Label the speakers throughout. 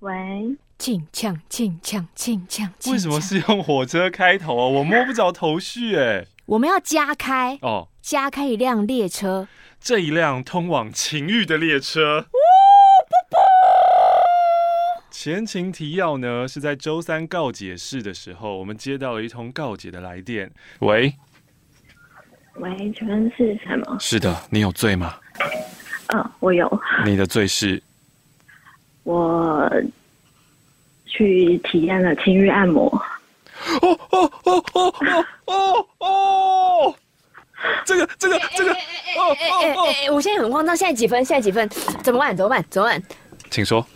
Speaker 1: 喂，
Speaker 2: 进呛进呛进呛。
Speaker 3: 为什么
Speaker 2: 进
Speaker 3: 是用火车开头啊？我摸不着头绪哎。
Speaker 2: 呛我们要加开
Speaker 3: 哦，
Speaker 2: 加开一辆列车？
Speaker 3: 这一辆通往情欲的列车。前情提要呢，是在周三告解室的时候，我们接到了一通告解的来电。喂，
Speaker 1: 喂，请问是什么？
Speaker 3: 是的，你有罪吗？
Speaker 1: 嗯、我有，
Speaker 3: 你的罪是
Speaker 1: 我去体验了情欲按摩。
Speaker 3: 哦哦哦哦哦哦哦，这个这个这个哦
Speaker 2: 哎
Speaker 3: 哦
Speaker 2: 哎
Speaker 3: 哦，
Speaker 2: 哎，我现在很慌张，现在几分？现在几分？怎么办？怎么办？怎么办？
Speaker 3: 请说。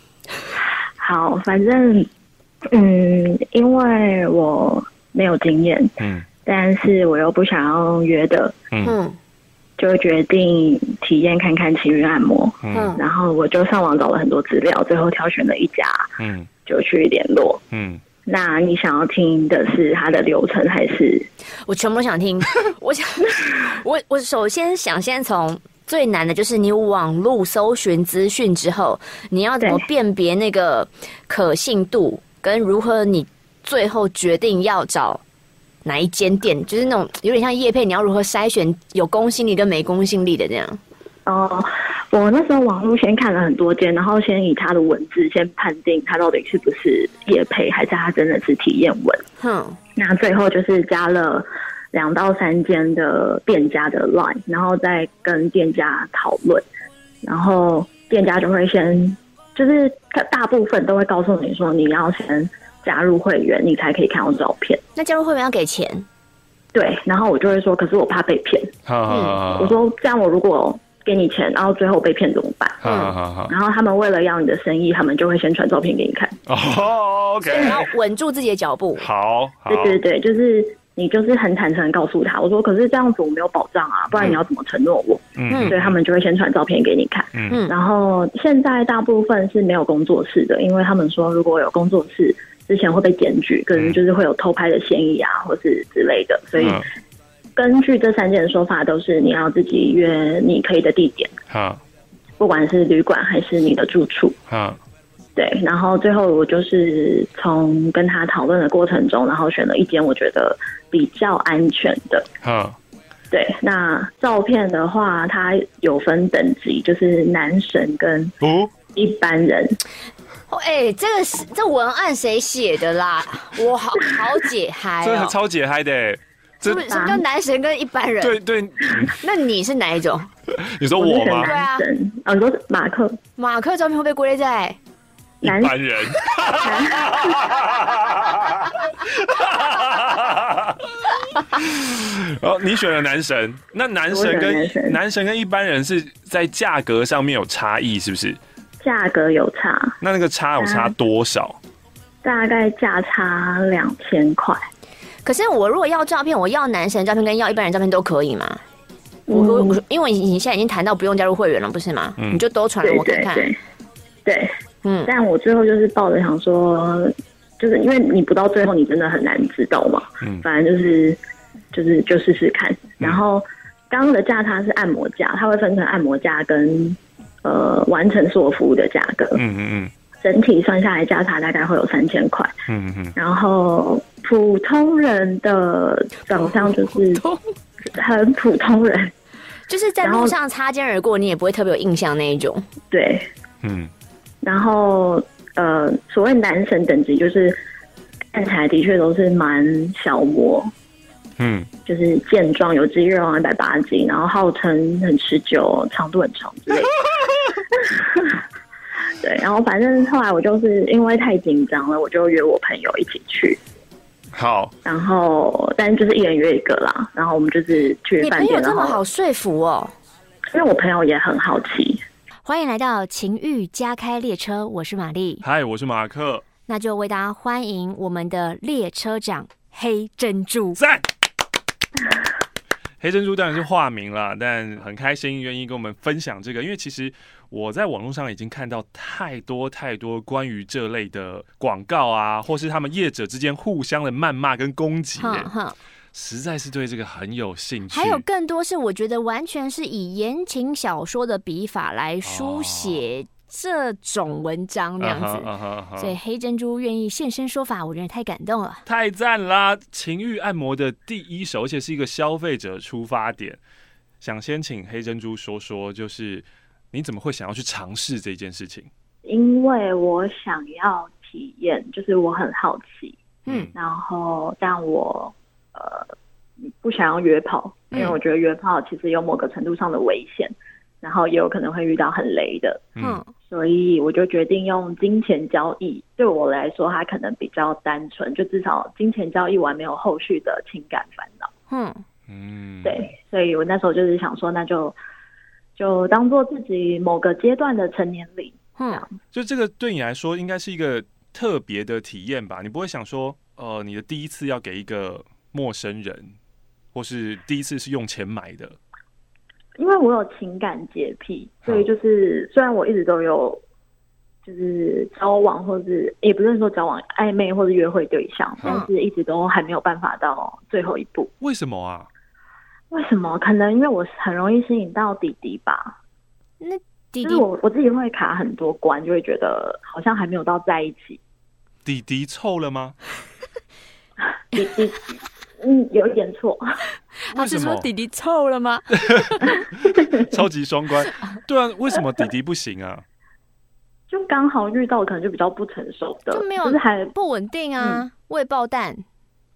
Speaker 1: 好，反正，嗯，因为我没有经验，
Speaker 3: 嗯
Speaker 1: 但是我又不想要约的，
Speaker 3: 嗯
Speaker 2: 嗯
Speaker 1: 就决定体验看看情欲按摩。
Speaker 3: 嗯
Speaker 1: 然后我就上网找了很多资料，最后挑选了一家，
Speaker 3: 嗯
Speaker 1: 就去联络。
Speaker 3: 嗯，
Speaker 1: 那你想要听的是它的流程还是？
Speaker 2: 我全部都想 听。我想，我我首先想先从最难的就是你网络搜寻资讯之后，你要怎么
Speaker 1: 对
Speaker 2: 辨别那个可信度，跟如何你最后决定要找哪一间店，就是那种有点像叶配，你要如何筛选有公信力跟没公信力的这样。
Speaker 1: 哦，我那时候网络先看了很多间，然后先以它的文字先判定它到底是不是夜配，还是它真的是体验文。
Speaker 2: 哼，
Speaker 1: 那最后就是加了两到三间的店家的 line，然后再跟店家讨论，然后店家就会先，就是他大部分都会告诉你说你要先加入会员，你才可以看到照片。
Speaker 2: 那加入会员要给钱，
Speaker 1: 对，然后我就会说，可是我怕被骗。
Speaker 3: 好好
Speaker 1: 我说这样我如果给你钱，然后最后被骗怎么办？
Speaker 3: 好好好
Speaker 1: 然后他们为了要你的生意，他们就会先传照片给你看。
Speaker 3: 哦
Speaker 2: 所以你
Speaker 3: ，OK，
Speaker 2: 要稳住自己的脚步。
Speaker 3: 好好
Speaker 1: 对，对对，就是你就是很坦诚地告诉他，我说可是这样子我没有保障啊，不然你要怎么承诺我？
Speaker 3: 嗯
Speaker 1: 所以他们就会先传照片给你看。
Speaker 3: 嗯
Speaker 2: 嗯
Speaker 1: 然后现在大部分是没有工作室的，因为他们说如果有工作室，之前会被检举，跟就是会有偷拍的嫌疑啊，或是之类的。所以
Speaker 3: 嗯，
Speaker 1: 根据这三件说法，都是你要自己约你可以的地点，
Speaker 3: 好
Speaker 1: 不管是旅馆还是你的住处。
Speaker 3: 好
Speaker 1: 对，然后最后我就是从跟他讨论的过程中，然后选了一间我觉得比较安全的。
Speaker 3: 好，
Speaker 1: 对，那照片的话，它有分等级，就是男神跟
Speaker 3: 哦，
Speaker 1: 一般人。
Speaker 2: 哦哎、这个是这文案谁写的啦？我好好解
Speaker 1: 哎
Speaker 2: 嗨
Speaker 3: 这
Speaker 2: 哦
Speaker 3: 很。超解嗨的欸，
Speaker 2: 什么什么叫男神跟一般人？
Speaker 3: 对对，嗯
Speaker 2: 那你是哪一种？
Speaker 3: 你说
Speaker 1: 我是
Speaker 3: 我
Speaker 1: 选
Speaker 3: 吗？
Speaker 1: 男神，啊，你说是马克
Speaker 2: 马克照片会被归类在
Speaker 3: 一
Speaker 1: 男
Speaker 3: 般人。 哦，你选了男神，那男神
Speaker 1: 我选了男
Speaker 3: 跟
Speaker 1: 神
Speaker 3: 男神跟一般人是在价格上面有差异，是不是？
Speaker 1: 价格有差，
Speaker 3: 那那个差有
Speaker 1: 啊
Speaker 3: 差多少？
Speaker 1: 大概价差两千块。
Speaker 2: 啊可是我如果要照片，我要男神照片跟要一般人照片都可以吗？我我我，因为你现在已经谈到不用加入会员了，不是吗？
Speaker 3: 嗯
Speaker 2: 你就都传了
Speaker 1: 对
Speaker 2: 我看
Speaker 1: 对
Speaker 2: 看。
Speaker 1: 对，对，
Speaker 2: 嗯，
Speaker 1: 但我最后就是抱着想说，就是因为你不到最后，你真的很难知道嘛。
Speaker 3: 嗯
Speaker 1: 反正就是就是就试试看。然后刚刚的价差是按摩价，它会分成按摩价跟呃完成所有服务的价格，
Speaker 3: 嗯嗯
Speaker 1: 整体算下来价差大概会有三千块。
Speaker 3: 嗯嗯
Speaker 1: 然后普通人的长相就是
Speaker 2: 通
Speaker 1: 很普通人，
Speaker 2: 就是在
Speaker 1: 然
Speaker 2: 路
Speaker 1: 后
Speaker 2: 上擦肩而过，你也不会特别有印象那一种。
Speaker 1: 对，
Speaker 3: 嗯
Speaker 1: 然后呃，所谓男神等级就是看起来的确都是蛮小模，
Speaker 3: 嗯嗯，
Speaker 1: 就是健壮有肌肉啊，一百八斤，然后号称很持久，长度很长之 类的。对，然后反正后来我就是因为太紧张了，我就约我朋友一起去，
Speaker 3: 好，
Speaker 1: 然后但就是一人约一个啦，然后我们就是去
Speaker 2: 你
Speaker 1: 饭
Speaker 2: 朋友
Speaker 1: 店，然
Speaker 2: 这么
Speaker 1: 后
Speaker 2: 好说服哦。
Speaker 1: 因为我朋友也很好奇，
Speaker 2: 欢迎来到情欲加开列车，我是玛丽。
Speaker 3: 嗨，我是马克，
Speaker 2: 那就为大家欢迎我们的列车长黑珍珠。
Speaker 3: 赞。黑珍珠当然是化名啦，但很开心愿意跟我们分享这个，因为其实我在网络上已经看到太多太多关于这类的广告啊，或是他们业者之间互相的谩骂跟攻击、
Speaker 2: 哼
Speaker 3: 欸，
Speaker 2: 哼，
Speaker 3: 实在是对这个很有兴趣。
Speaker 2: 还有更多是我觉得完全是以言情小说的笔法来书写这种文章那样
Speaker 3: 啊
Speaker 2: 子。
Speaker 3: 哈啊哈啊哈
Speaker 2: 所以黑珍珠愿意现身说法，我真的太感动了。
Speaker 3: 太赞啦！情欲按摩的第一手，而且是一个消费者出发点。想先请黑珍珠说说，就是你怎么会想要去尝试这件事情？
Speaker 1: 因为我想要体验，就是我很好奇，
Speaker 2: 嗯
Speaker 1: 然后但我呃不想要约炮，因为
Speaker 2: 嗯
Speaker 1: 我觉得约炮其实有某个程度上的危险，然后也有可能会遇到很雷的，
Speaker 2: 嗯，
Speaker 1: 所以我就决定用金钱交易。对我来说，它可能比较单纯，就至少金钱交易完没有后续的情感烦恼。
Speaker 2: 嗯，
Speaker 3: 嗯，
Speaker 1: 对，所以我那时候就是想说，那就就当做自己某个阶段的成年礼。
Speaker 2: 嗯，
Speaker 3: 就这个对你来说应该是一个特别的体验吧？你不会想说，呃，你的第一次要给一个陌生人，或是第一次是用钱买的，
Speaker 1: 因为我有情感洁癖，所以就是虽然我一直都有就是交往，或是也不是说交往暧昧或是约会对象，
Speaker 3: 嗯
Speaker 1: 但是一直都还没有办法到最后一步。
Speaker 3: 为什么啊？
Speaker 1: 为什么？可能因为我很容易吸引到弟弟吧，
Speaker 2: 那弟
Speaker 1: 就
Speaker 2: 弟
Speaker 1: 是我我自己会卡很多关，就会觉得好像还没有到在一 起。
Speaker 3: 弟弟臭了 吗？
Speaker 1: 弟弟，嗯，有一点错。
Speaker 2: 他
Speaker 3: 为
Speaker 2: 啊是
Speaker 3: 什
Speaker 2: 说
Speaker 3: 么？
Speaker 2: 弟弟臭了 吗？
Speaker 3: 超级双关，对啊，为什么弟弟不行啊？
Speaker 1: 就刚好遇到可能就比较不成熟的，
Speaker 2: 就没有
Speaker 1: 就是还嗯
Speaker 2: 不稳定啊，未爆弹。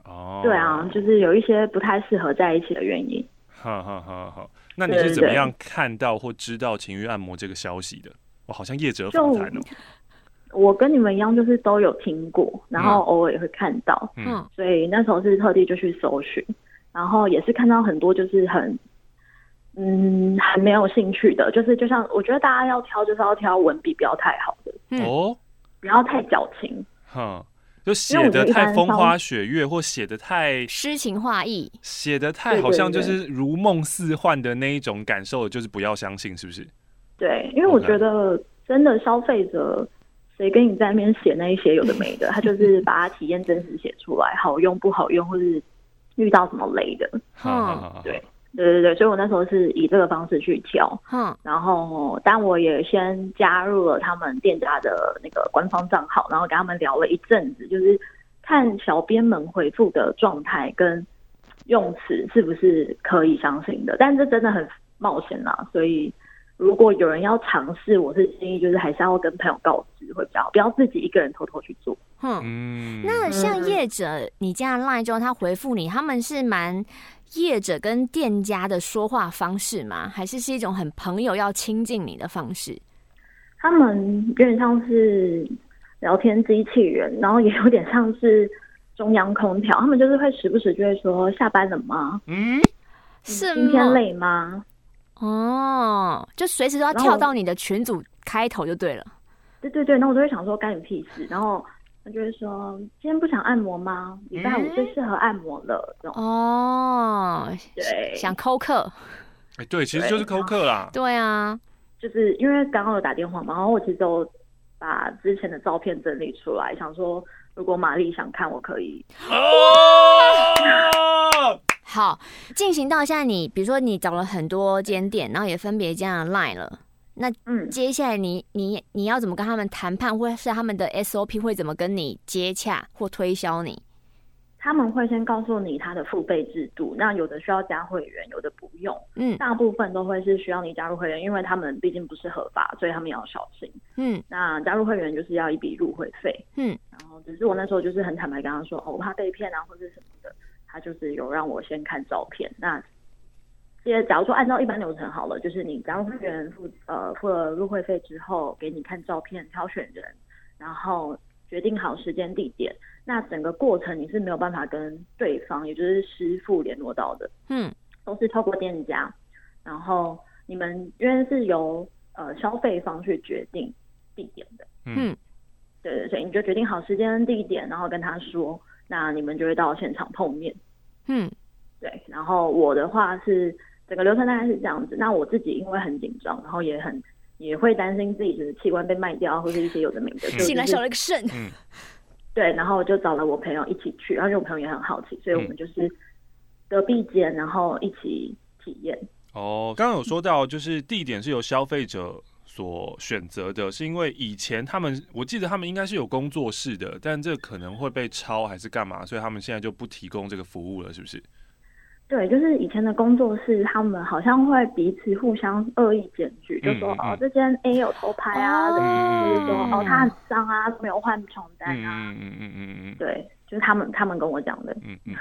Speaker 3: 哦，
Speaker 1: 对啊，就是有一些不太适合在一起的原因。
Speaker 3: 哈哈哈！哈，那你
Speaker 1: 对
Speaker 3: 是
Speaker 1: 对
Speaker 3: 怎么
Speaker 1: 对
Speaker 3: 样看到或知道情欲按摩这个消息的？我好像业者访
Speaker 1: 就
Speaker 3: 谈哦，
Speaker 1: 我跟你们一样，就是都有听过，然后偶尔也会看到，
Speaker 3: 嗯
Speaker 2: 嗯
Speaker 1: 所以那时候是特地就去搜寻，然后也是看到很多就是很，嗯，很没有兴趣的，就是就像我觉得大家要挑就是要挑文笔不要太好的，
Speaker 2: 嗯
Speaker 3: 哦，
Speaker 1: 不要太矫情，
Speaker 3: 哈，就写
Speaker 1: 因为我觉
Speaker 3: 的
Speaker 1: 得一般
Speaker 3: 太风
Speaker 1: 上
Speaker 3: 花雪月，或写的太
Speaker 2: 诗情画意，
Speaker 3: 写的太
Speaker 1: 对
Speaker 3: 好
Speaker 1: 对
Speaker 3: 像就
Speaker 1: 对
Speaker 3: 是如梦似幻的那一种感受，就是不要相信，是不是？
Speaker 1: 对，因为我
Speaker 3: OK
Speaker 1: 觉得真的消费者。谁跟你在那边写那一些有的没的，他就是把它体验真实写出来，好用不好用，或是遇到什么雷的，
Speaker 3: 哈哈哈，
Speaker 1: 嗯对对对对，所以我那时候是以这个方式去挑，
Speaker 2: 哼，
Speaker 1: 然后，但我也先加入了他们店家的那个官方账号，然后跟他们聊了一阵子，就是看小编们回复的状态跟用词是不是可以相信的。但这真的很冒险啦，所以如果有人要尝试，我是建议就是还是要跟朋友告知会比较好，不要自己一个人偷偷去做。
Speaker 2: 哼。
Speaker 3: 嗯，
Speaker 2: 那像业者，你这样赖之后，他回复你，他们是蛮业者跟店家的说话方式吗？还是是一种很朋友要亲近你的方式？
Speaker 1: 嗯他们有点像是聊天机器人，然后也有点像是中央空调，他们就是会时不时就会说下班了吗？
Speaker 3: 嗯，
Speaker 2: 是
Speaker 1: 今天
Speaker 2: 吗？
Speaker 1: 累吗？
Speaker 2: 哦，就随时都要
Speaker 1: 然后
Speaker 2: 跳到你的群组开头就对了。
Speaker 1: 对对对，然后我就会想说干你屁事，然后他就会说今天不想按摩吗？礼拜五最
Speaker 2: 嗯
Speaker 1: 适合按摩了，这种
Speaker 2: 哦，
Speaker 1: 对，
Speaker 2: 想扣客，
Speaker 3: 哎，对，其实就是
Speaker 1: 对
Speaker 3: 扣客 啦，
Speaker 2: 对啊，
Speaker 1: 就是因为刚刚有打电话嘛，然后我其实都把之前的照片整理出来，想说如果玛丽想看，我可以。
Speaker 3: 嗯哦，
Speaker 2: 好，进行到现在你，比如说你找了很多间店，然后也分别这样 line 了。那
Speaker 1: 嗯，
Speaker 2: 接下来你你你要怎么跟他们谈判，或者是他们的 SOP 会怎么跟你接洽或推销你？
Speaker 1: 他们会先告诉你他的付费制度，那有的需要加会员，有的不用，
Speaker 2: 嗯
Speaker 1: 大部分都会是需要你加入会员，因为他们毕竟不是合法，所以他们也要小心。
Speaker 2: 嗯
Speaker 1: 那加入会员就是要一笔入会费，
Speaker 2: 嗯，
Speaker 1: 然后只是我那时候就是很坦白跟他说，哦，我怕被骗啊，或者什么的，他就是有让我先看照片。那这些假如说按照一般流程好了，就是你加入会员付呃付了入会费之后，给你看照片，挑选人，然后决定好时间地点。那整个过程你是没有办法跟对方，也就是师傅联络到的，
Speaker 2: 嗯
Speaker 1: 都是透过店家，然后你们因为是由呃消费方去决定地点的，
Speaker 3: 嗯
Speaker 1: 对对对，你就决定好时间地点，然后跟他说，那你们就会到现场碰面，
Speaker 2: 嗯
Speaker 1: 对。然后我的话是整个流程大概是这样子，那我自己因为很紧张，然后也很也会担心自己的器官被卖掉，或者一些有的没的。就
Speaker 2: 竟然
Speaker 1: 就是
Speaker 2: 少了一个肾，
Speaker 3: 嗯，
Speaker 1: 对，然后我就找了我朋友一起去，而且我朋友也很好奇，所以
Speaker 3: 嗯
Speaker 1: 我们就是隔壁间，然后一起体验。
Speaker 3: 哦，刚刚有说到，就是地点是由消费者所选择的，是因为以前他们，我记得他们应该是有工作室的，但这可能会被抄还是干嘛，所以他们现在就不提供这个服务了，是不是？
Speaker 1: 对，就是以前的工作室，他们好像会彼此互相恶意检举，就说、
Speaker 3: 嗯嗯
Speaker 1: 哦，这间 A 有偷拍啊，
Speaker 2: 哦
Speaker 1: 或者说哦
Speaker 2: 嗯
Speaker 1: 他很脏啊，没有换床单
Speaker 3: 嗯
Speaker 1: 啊，
Speaker 3: 嗯嗯嗯嗯嗯
Speaker 1: 对，就是他们他们跟我讲的，
Speaker 3: 嗯嗯嗯。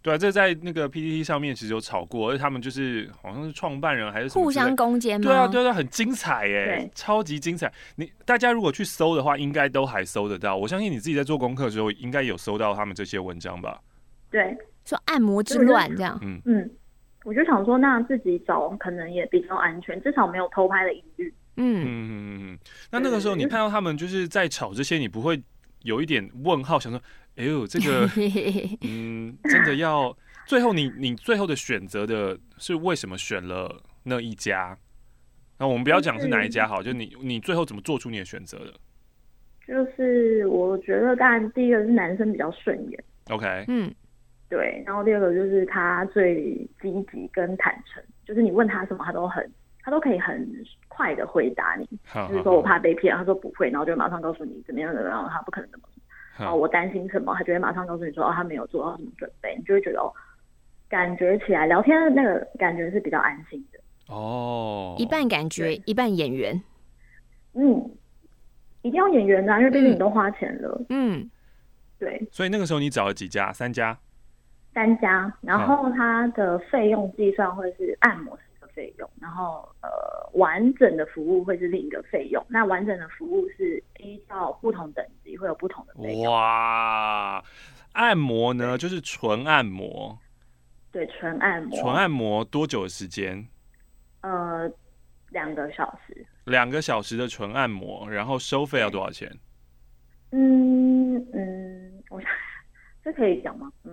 Speaker 3: 对啊，这在那个 PPT 上面其实有吵过，而且他们就是好像是创办人还是什 么
Speaker 2: 互
Speaker 3: 之类
Speaker 2: 相攻坚吗？
Speaker 3: 对啊，对啊，对啊很精彩耶
Speaker 1: 对，
Speaker 3: 超级精彩！你大家如果去搜的话，应该都还搜得到。我相信你自己在做功课的时候，应该有搜到他们这些文章吧？
Speaker 1: 对，
Speaker 2: 说按摩之乱这样，
Speaker 3: 嗯，
Speaker 1: 嗯，我就想说，那自己找可能也比较安全，至少没有偷拍的疑虑。
Speaker 2: 嗯，，
Speaker 3: 嗯嗯嗯嗯。那那个时候你看到他们就是在吵这些，你不会有一点问号，想说，哎呦，这个
Speaker 2: 嘿嘿嘿
Speaker 3: 嗯，真的要？最后你你最后的选择的是为什么选了那一家？那我们不要讲是哪一家
Speaker 1: 嗯
Speaker 3: 好，就你你最后怎么做出你的选择的
Speaker 1: 就是我觉得，当然第一个是男生比较顺眼。
Speaker 3: ？OK，
Speaker 2: 嗯，
Speaker 1: 对，然后第二个就是他最积极跟坦诚，就是你问他什么，他都很，他都可以很快的回答你。
Speaker 3: 好
Speaker 1: 就是说我怕被骗，他说不会，然后就马上告诉你怎么样怎么样，他不可能怎么。
Speaker 3: 好
Speaker 1: 然后我担心什么，他就会马上告诉你说哦，他没有做到什么准备，你就会觉得哦，感觉起来聊天的那个感觉是比较安心的。
Speaker 3: 哦，
Speaker 2: 一半感觉，一半演员，
Speaker 1: 嗯，一定要演员的啊、因为毕竟你都花钱了。
Speaker 2: 嗯，
Speaker 1: 对，
Speaker 3: 所以那个时候你找了几家？三家。
Speaker 1: 单家，然后它的费用计算会是按摩师的费用，然后呃完整的服务会是另一个费用。那完整的服务是依照不同等级会有不同的费用，
Speaker 3: 哇，按摩呢就是纯按摩，
Speaker 1: 对，纯按摩，
Speaker 3: 纯按摩多久的时间？
Speaker 1: 呃两个小时，
Speaker 3: 两个小时的纯按摩，然后收费要多少钱？
Speaker 1: 嗯嗯，我想这可以讲吗？嗯，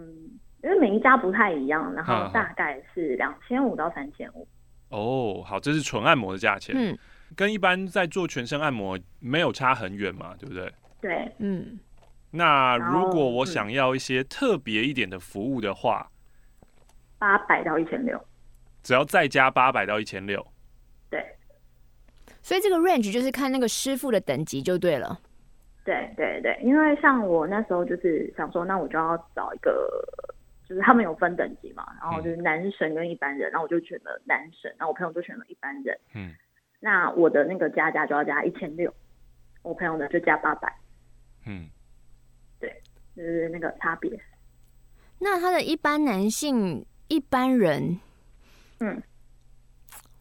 Speaker 1: 因为每一家不太一样，然
Speaker 3: 好
Speaker 1: 后
Speaker 3: 好
Speaker 1: 大概是两千五到三千五。
Speaker 3: 哦，好，这是纯按摩的价钱，
Speaker 2: 嗯
Speaker 3: 跟一般在做全身按摩没有差很远嘛，对不对？
Speaker 1: 对，
Speaker 2: 嗯，
Speaker 3: 那如
Speaker 1: 然
Speaker 3: 果
Speaker 1: 后
Speaker 3: 我
Speaker 1: 嗯
Speaker 3: 想要一些特别一点的服务的话，
Speaker 1: 八百到一千六，
Speaker 3: 只要再加八百到一千六。
Speaker 1: 对
Speaker 2: 所以这个 range 就是看那个师傅的等级就对了，
Speaker 1: 对对对，因为像我那时候就是想说，那我就要找一个，就是他们有分等级嘛，然后就是
Speaker 3: 嗯
Speaker 1: 男神跟一般人，然后我就选了男神，然后我朋友就选了一般人。
Speaker 3: 嗯，
Speaker 1: 那我的那个加价就要加一千六，我朋友的就加八百，
Speaker 3: 嗯，
Speaker 1: 就是那个差别。
Speaker 2: 那他的一般男性一般人，
Speaker 1: 嗯，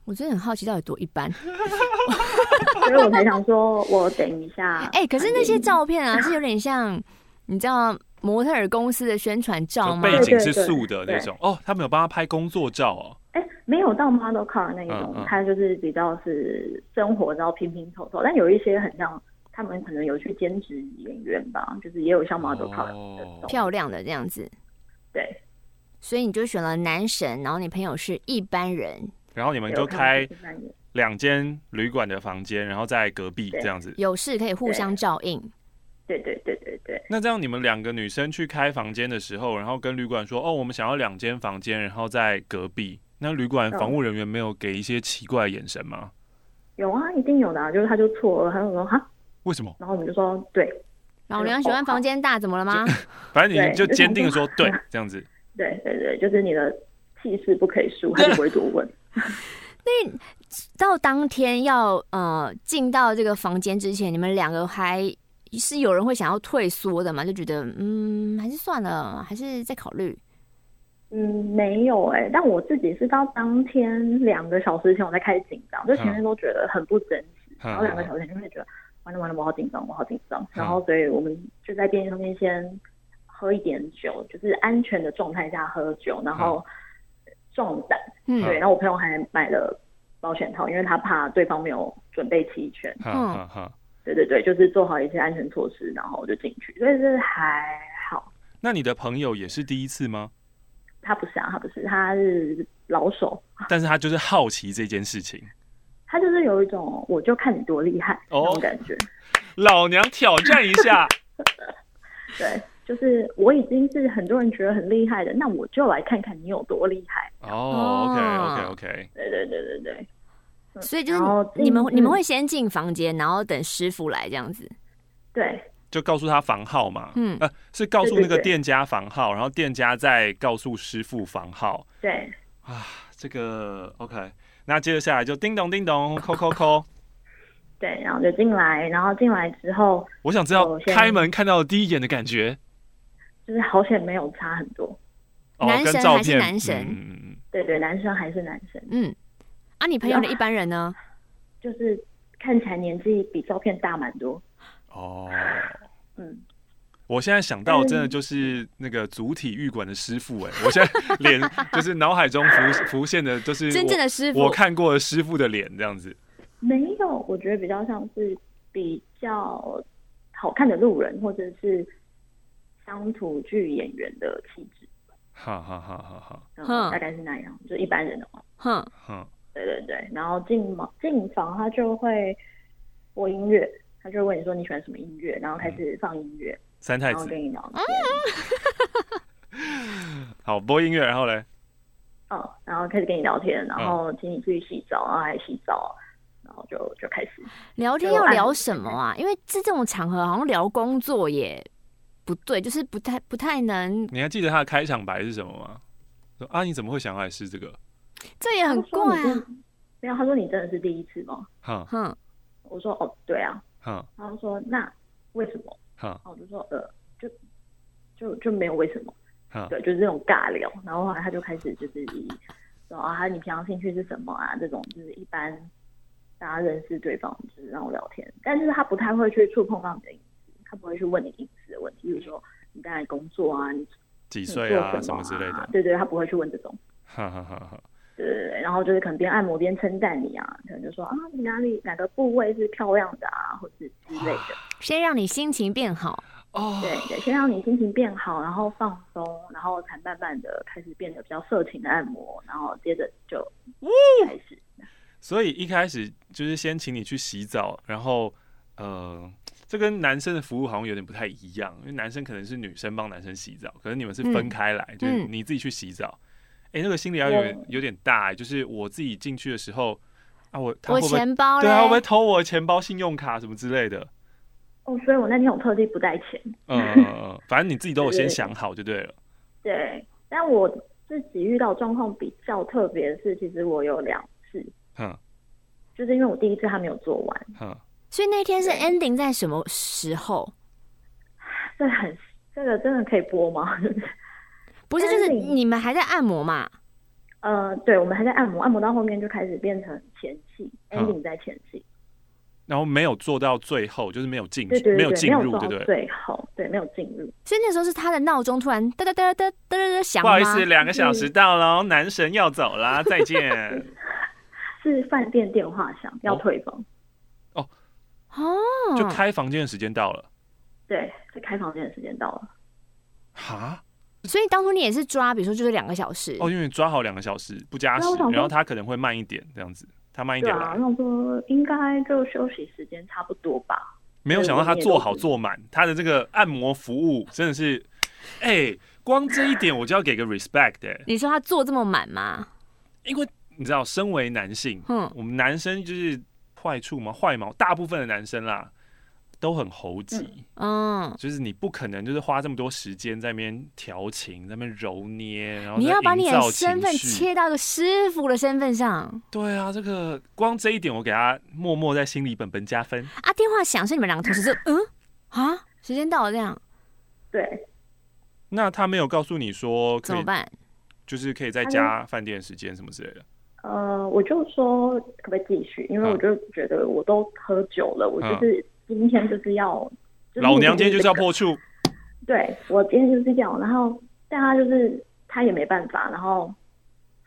Speaker 2: 我真的很好奇到底多一般，
Speaker 1: 所以我才想说，我等一下
Speaker 2: 。哎、可是那些照片啊，是有点像，你知道模特儿公司的宣传照
Speaker 3: 就
Speaker 2: 吗？
Speaker 3: 背
Speaker 1: 对
Speaker 3: 景
Speaker 1: 对
Speaker 3: 是
Speaker 1: 对
Speaker 3: 素的那
Speaker 1: 对
Speaker 3: 种哦，他们有帮他拍工作照哦，
Speaker 1: 哎、没有到 model car 那一种，
Speaker 3: 嗯嗯
Speaker 1: 它就是比较是生活然后拼拼凑凑，但有一些很像他们可能有去兼职演员吧，就是也有像 model car 的那种。
Speaker 3: 哦
Speaker 2: 漂亮的这样子，
Speaker 1: 对，
Speaker 2: 所以你就选了男神，然后你朋友是一般人，
Speaker 3: 然后你们
Speaker 1: 有
Speaker 3: 就
Speaker 1: 看
Speaker 3: 开
Speaker 1: 过这三年
Speaker 3: 两间旅馆的房间，然后在隔壁
Speaker 1: 对
Speaker 3: 这样子。
Speaker 2: 有事可以互相照应。
Speaker 1: 对对对对对
Speaker 3: 那这样你们两个女生去开房间的时候，然后跟旅馆说：“哦，我们想要两间房间，然后在隔壁。”那旅馆
Speaker 1: 嗯
Speaker 3: 房务人员没有给一些奇怪的眼神吗？
Speaker 1: 有啊，一定有的、啊。就是他就错愕，他就说哈，
Speaker 3: 为 什么？
Speaker 1: 然后我们就说对哦
Speaker 2: 老娘喜欢房间大，怎么了吗？
Speaker 3: 反正你
Speaker 1: 对
Speaker 3: 就
Speaker 1: 就
Speaker 3: 坚
Speaker 1: 想
Speaker 3: 定的说
Speaker 1: 说：“
Speaker 3: 对，这样子。
Speaker 1: 对对对，就是你的气势不可以输，他就不会多 问。
Speaker 2: 到当天要呃进到这个房间之前，你们两个还是有人会想要退缩的嘛？就觉得嗯，还是算了，还是再考虑。
Speaker 1: 嗯，没有哎、但我自己是到当天两个小时前我才开始紧张，就前面都觉得很不真实，
Speaker 3: 嗯
Speaker 1: 然后两个小时前就会觉得完了完了，我好紧张，我好紧张。然后所以我们就在便利商店先喝一点酒，就是安全的状态下喝酒，然后壮胆。
Speaker 2: 嗯
Speaker 1: 对，然后我朋友还买了保险套，因为他怕对方没有准备齐全。
Speaker 3: 哈
Speaker 2: 嗯
Speaker 3: 哈哈。
Speaker 1: 对对对，就是做好一些安全措施，然后我就进去，所以是还好。
Speaker 3: 那你的朋友也是第一次吗？
Speaker 1: 他不是啊，他不是，他是老手。
Speaker 3: 但是他就是好奇这件事情。
Speaker 1: 他就是有一种我就看你多厉害
Speaker 3: 哦
Speaker 1: 那种感觉。
Speaker 3: 老娘挑战一 下，
Speaker 1: 对，就是我已经是很多人觉得很厉害的，那我就来看看你有多厉害。
Speaker 3: 哦，OK OK OK，
Speaker 1: 对对对对对，
Speaker 2: 所以就是
Speaker 1: 然后进
Speaker 2: 你们
Speaker 1: 嗯
Speaker 2: 你们会先进房间，然后等师傅来这样子。
Speaker 1: 对
Speaker 3: 就告诉他房号嘛，
Speaker 2: 嗯
Speaker 3: 呃，是告诉
Speaker 1: 对对
Speaker 3: 那个
Speaker 1: 对
Speaker 3: 店家房号，然后店家再告诉师傅房号
Speaker 1: 对，
Speaker 3: 啊，这个 OK。那接着下来就叮咚叮咚，扣扣扣。
Speaker 1: 对，然后就进来，然后进来之后，
Speaker 3: 我想知道
Speaker 1: 哦先
Speaker 3: 开门看到的第一眼的感觉，
Speaker 1: 就是好险没有差很多。
Speaker 3: 哦，
Speaker 2: 男
Speaker 3: 跟
Speaker 2: 神
Speaker 3: 照
Speaker 2: 还是
Speaker 3: 片，
Speaker 2: 男神
Speaker 3: 嗯嗯嗯
Speaker 1: 对对，男生还是男生，
Speaker 2: 嗯，啊，你朋友的一般人呢？
Speaker 1: 就是看起来年纪比照片大蛮多。
Speaker 3: 哦，
Speaker 1: 嗯，
Speaker 3: 我现在想到真的就是那个主体育馆的师傅哎、我现在脸就是脑海中浮浮现的，就是
Speaker 2: 真
Speaker 3: 我
Speaker 2: 正的师傅
Speaker 3: 我看过的师傅的脸这样子。
Speaker 1: 没有，我觉得比较像是比较好看的路人，或者是乡土剧演员的气质，
Speaker 3: 哈哈哈哈哈，
Speaker 1: 嗯
Speaker 2: 哼
Speaker 1: 大概是那样。就一般人的哦话，
Speaker 2: 哼，
Speaker 3: 哼，
Speaker 1: 对对对。然后进房进房，他就会播音乐，他就会问你说你喜欢什么音乐，然后开始放音乐，
Speaker 3: 三嗯太
Speaker 1: 然后
Speaker 3: 子
Speaker 1: 跟你聊天。
Speaker 3: 好播音乐，然后嘞，
Speaker 1: 嗯，然后开始跟你聊天，
Speaker 3: 嗯
Speaker 1: 然后请你去洗澡，然后还洗澡，然后就就开始。
Speaker 2: 聊天要聊什么啊？因为这这种场合好像聊工作也不对，就是不太不太能，
Speaker 3: 你还记得他的开场白是什么吗？说啊，你怎么会想要来试这个？
Speaker 2: 这也很
Speaker 1: 他说
Speaker 2: 怪
Speaker 1: 你真
Speaker 2: 啊
Speaker 1: 的。没有，他说你真的是第一次吗？
Speaker 3: 哼
Speaker 2: 哼，
Speaker 1: 我说哦，对啊。
Speaker 3: 哼
Speaker 1: 然后说那为什么？
Speaker 3: 哼
Speaker 1: 然后我就说呃，就就就没有为什么。
Speaker 3: 哼，
Speaker 1: 对，就是这种尬聊。然后后来他就开始就是以说啊，你平常兴趣是什么啊？这种就是一般大家认识对方，就是让我聊天。但是他不太会去触碰到你的隐私，他不会去问你隐私的问题，比如说你在工作啊，你
Speaker 3: 几
Speaker 1: 你做
Speaker 3: 岁啊，
Speaker 1: 什
Speaker 3: 什么之类
Speaker 1: 啊
Speaker 3: 的，
Speaker 1: 对对，他不会去问这种。
Speaker 3: 哈哈哈哈。
Speaker 1: 对对对，然后就是可能边按摩边称赞你啊，可能就说啊你哪里哪个部位是漂亮的啊，或是之类的。
Speaker 2: 先让你心情变好。
Speaker 3: 哦，
Speaker 1: 对对，先让你心情变好，然后放松，然后才慢慢的开始变得比较色情的按摩，然后接着就
Speaker 3: 嗯
Speaker 1: 开始。
Speaker 3: 所以一开始就是先请你去洗澡，然后呃，这跟男生的服务好像有点不太一样，因为男生可能是女生帮男生洗澡，可是你们
Speaker 1: 嗯
Speaker 3: 是分开来，就是你自己去洗澡。哎、那个心理压力有点有点大、就是我自己进去的时候啊，我他
Speaker 2: 我
Speaker 3: 会不会
Speaker 2: 钱包嘞
Speaker 3: 对，他啊会不会偷我的钱包、信用卡什么之类的？
Speaker 1: 哦，所以我那天我特地不带钱，
Speaker 3: 嗯嗯， 嗯反正你自己都有先想好就对了。
Speaker 1: 对，但我自己遇到状况比较特别的是，其实我有两次，
Speaker 3: 哼
Speaker 1: 就是因为我第一次还没有做完，
Speaker 3: 哼，
Speaker 2: 所以那天是 ending 在什么时候？
Speaker 1: 这很这个真的可以播吗？
Speaker 2: 不是，就是
Speaker 1: Ending
Speaker 2: 你们还在按摩嘛？
Speaker 1: 呃，对，我们还在按摩，按摩到后面就开始变成前戏、
Speaker 3: 嗯
Speaker 1: e n d i n g 在前戏，
Speaker 3: 然后没有做到最后，就是没有进去，
Speaker 1: 对对
Speaker 3: 没
Speaker 1: 对
Speaker 3: 有
Speaker 1: 对，
Speaker 3: 进
Speaker 1: 没有
Speaker 3: 入，
Speaker 1: 做
Speaker 3: 对
Speaker 1: 到
Speaker 3: 不对？
Speaker 1: 最后，对，没有进入。
Speaker 2: 所以那时候是他的闹钟突然哒哒哒哒哒哒哒响
Speaker 3: 不
Speaker 2: 吗？
Speaker 3: 好意思，两个小时到了，男神要走啦，再见。
Speaker 1: 是饭店电话响，要
Speaker 3: 哦
Speaker 1: 退房。
Speaker 2: 哦，
Speaker 3: 就开房间的时间到了。
Speaker 1: 对，是开房间的时间到了。
Speaker 3: 哈，
Speaker 2: 所以当初你也是抓，比如说就是两个小时，
Speaker 3: 哦，因为你抓好两个小时不加时
Speaker 1: 对啊我想，说
Speaker 3: 然后他可能会慢一点，这样子，他慢一
Speaker 1: 对
Speaker 3: 点来。
Speaker 1: 啊，然后说应该就休息时间差不多吧。
Speaker 3: 没有想到他做好做满，他的这个按摩服务真的是，哎、光这一点我就要给个 respect 的、
Speaker 2: 你说他做这么满吗？
Speaker 3: 因为你知道，身为男性，
Speaker 2: 嗯
Speaker 3: 我们男生就是坏处嘛，坏毛，大部分的男生啦都很猴急。
Speaker 2: 嗯，
Speaker 3: 就是你不可能就是花这么多时间在那边调情，在那边揉捏，然后
Speaker 2: 你
Speaker 3: 在
Speaker 2: 要把
Speaker 3: 营
Speaker 2: 你的
Speaker 3: 造
Speaker 2: 身
Speaker 3: 情
Speaker 2: 份
Speaker 3: 绪
Speaker 2: 切到一个师傅的身份上啊！
Speaker 3: 对啊，这个光这一点，我给他默默在心里本本加分。
Speaker 2: 啊电话响是你们两个同时就 嗯啊，时间到了这样
Speaker 1: 对，
Speaker 3: 那他没有告诉你说
Speaker 2: 怎
Speaker 3: 可以
Speaker 2: 么，办？
Speaker 3: 就是可以再加饭店时间什么之类的。
Speaker 1: 呃，我就说可不可以继续？因为
Speaker 3: 嗯
Speaker 1: 我就觉得我都喝酒了，我就是今天就是要，就是
Speaker 3: 老娘今天就是要
Speaker 1: 这个
Speaker 3: 破处，
Speaker 1: 对我今天就是要，然后但他就是他也没办法，然后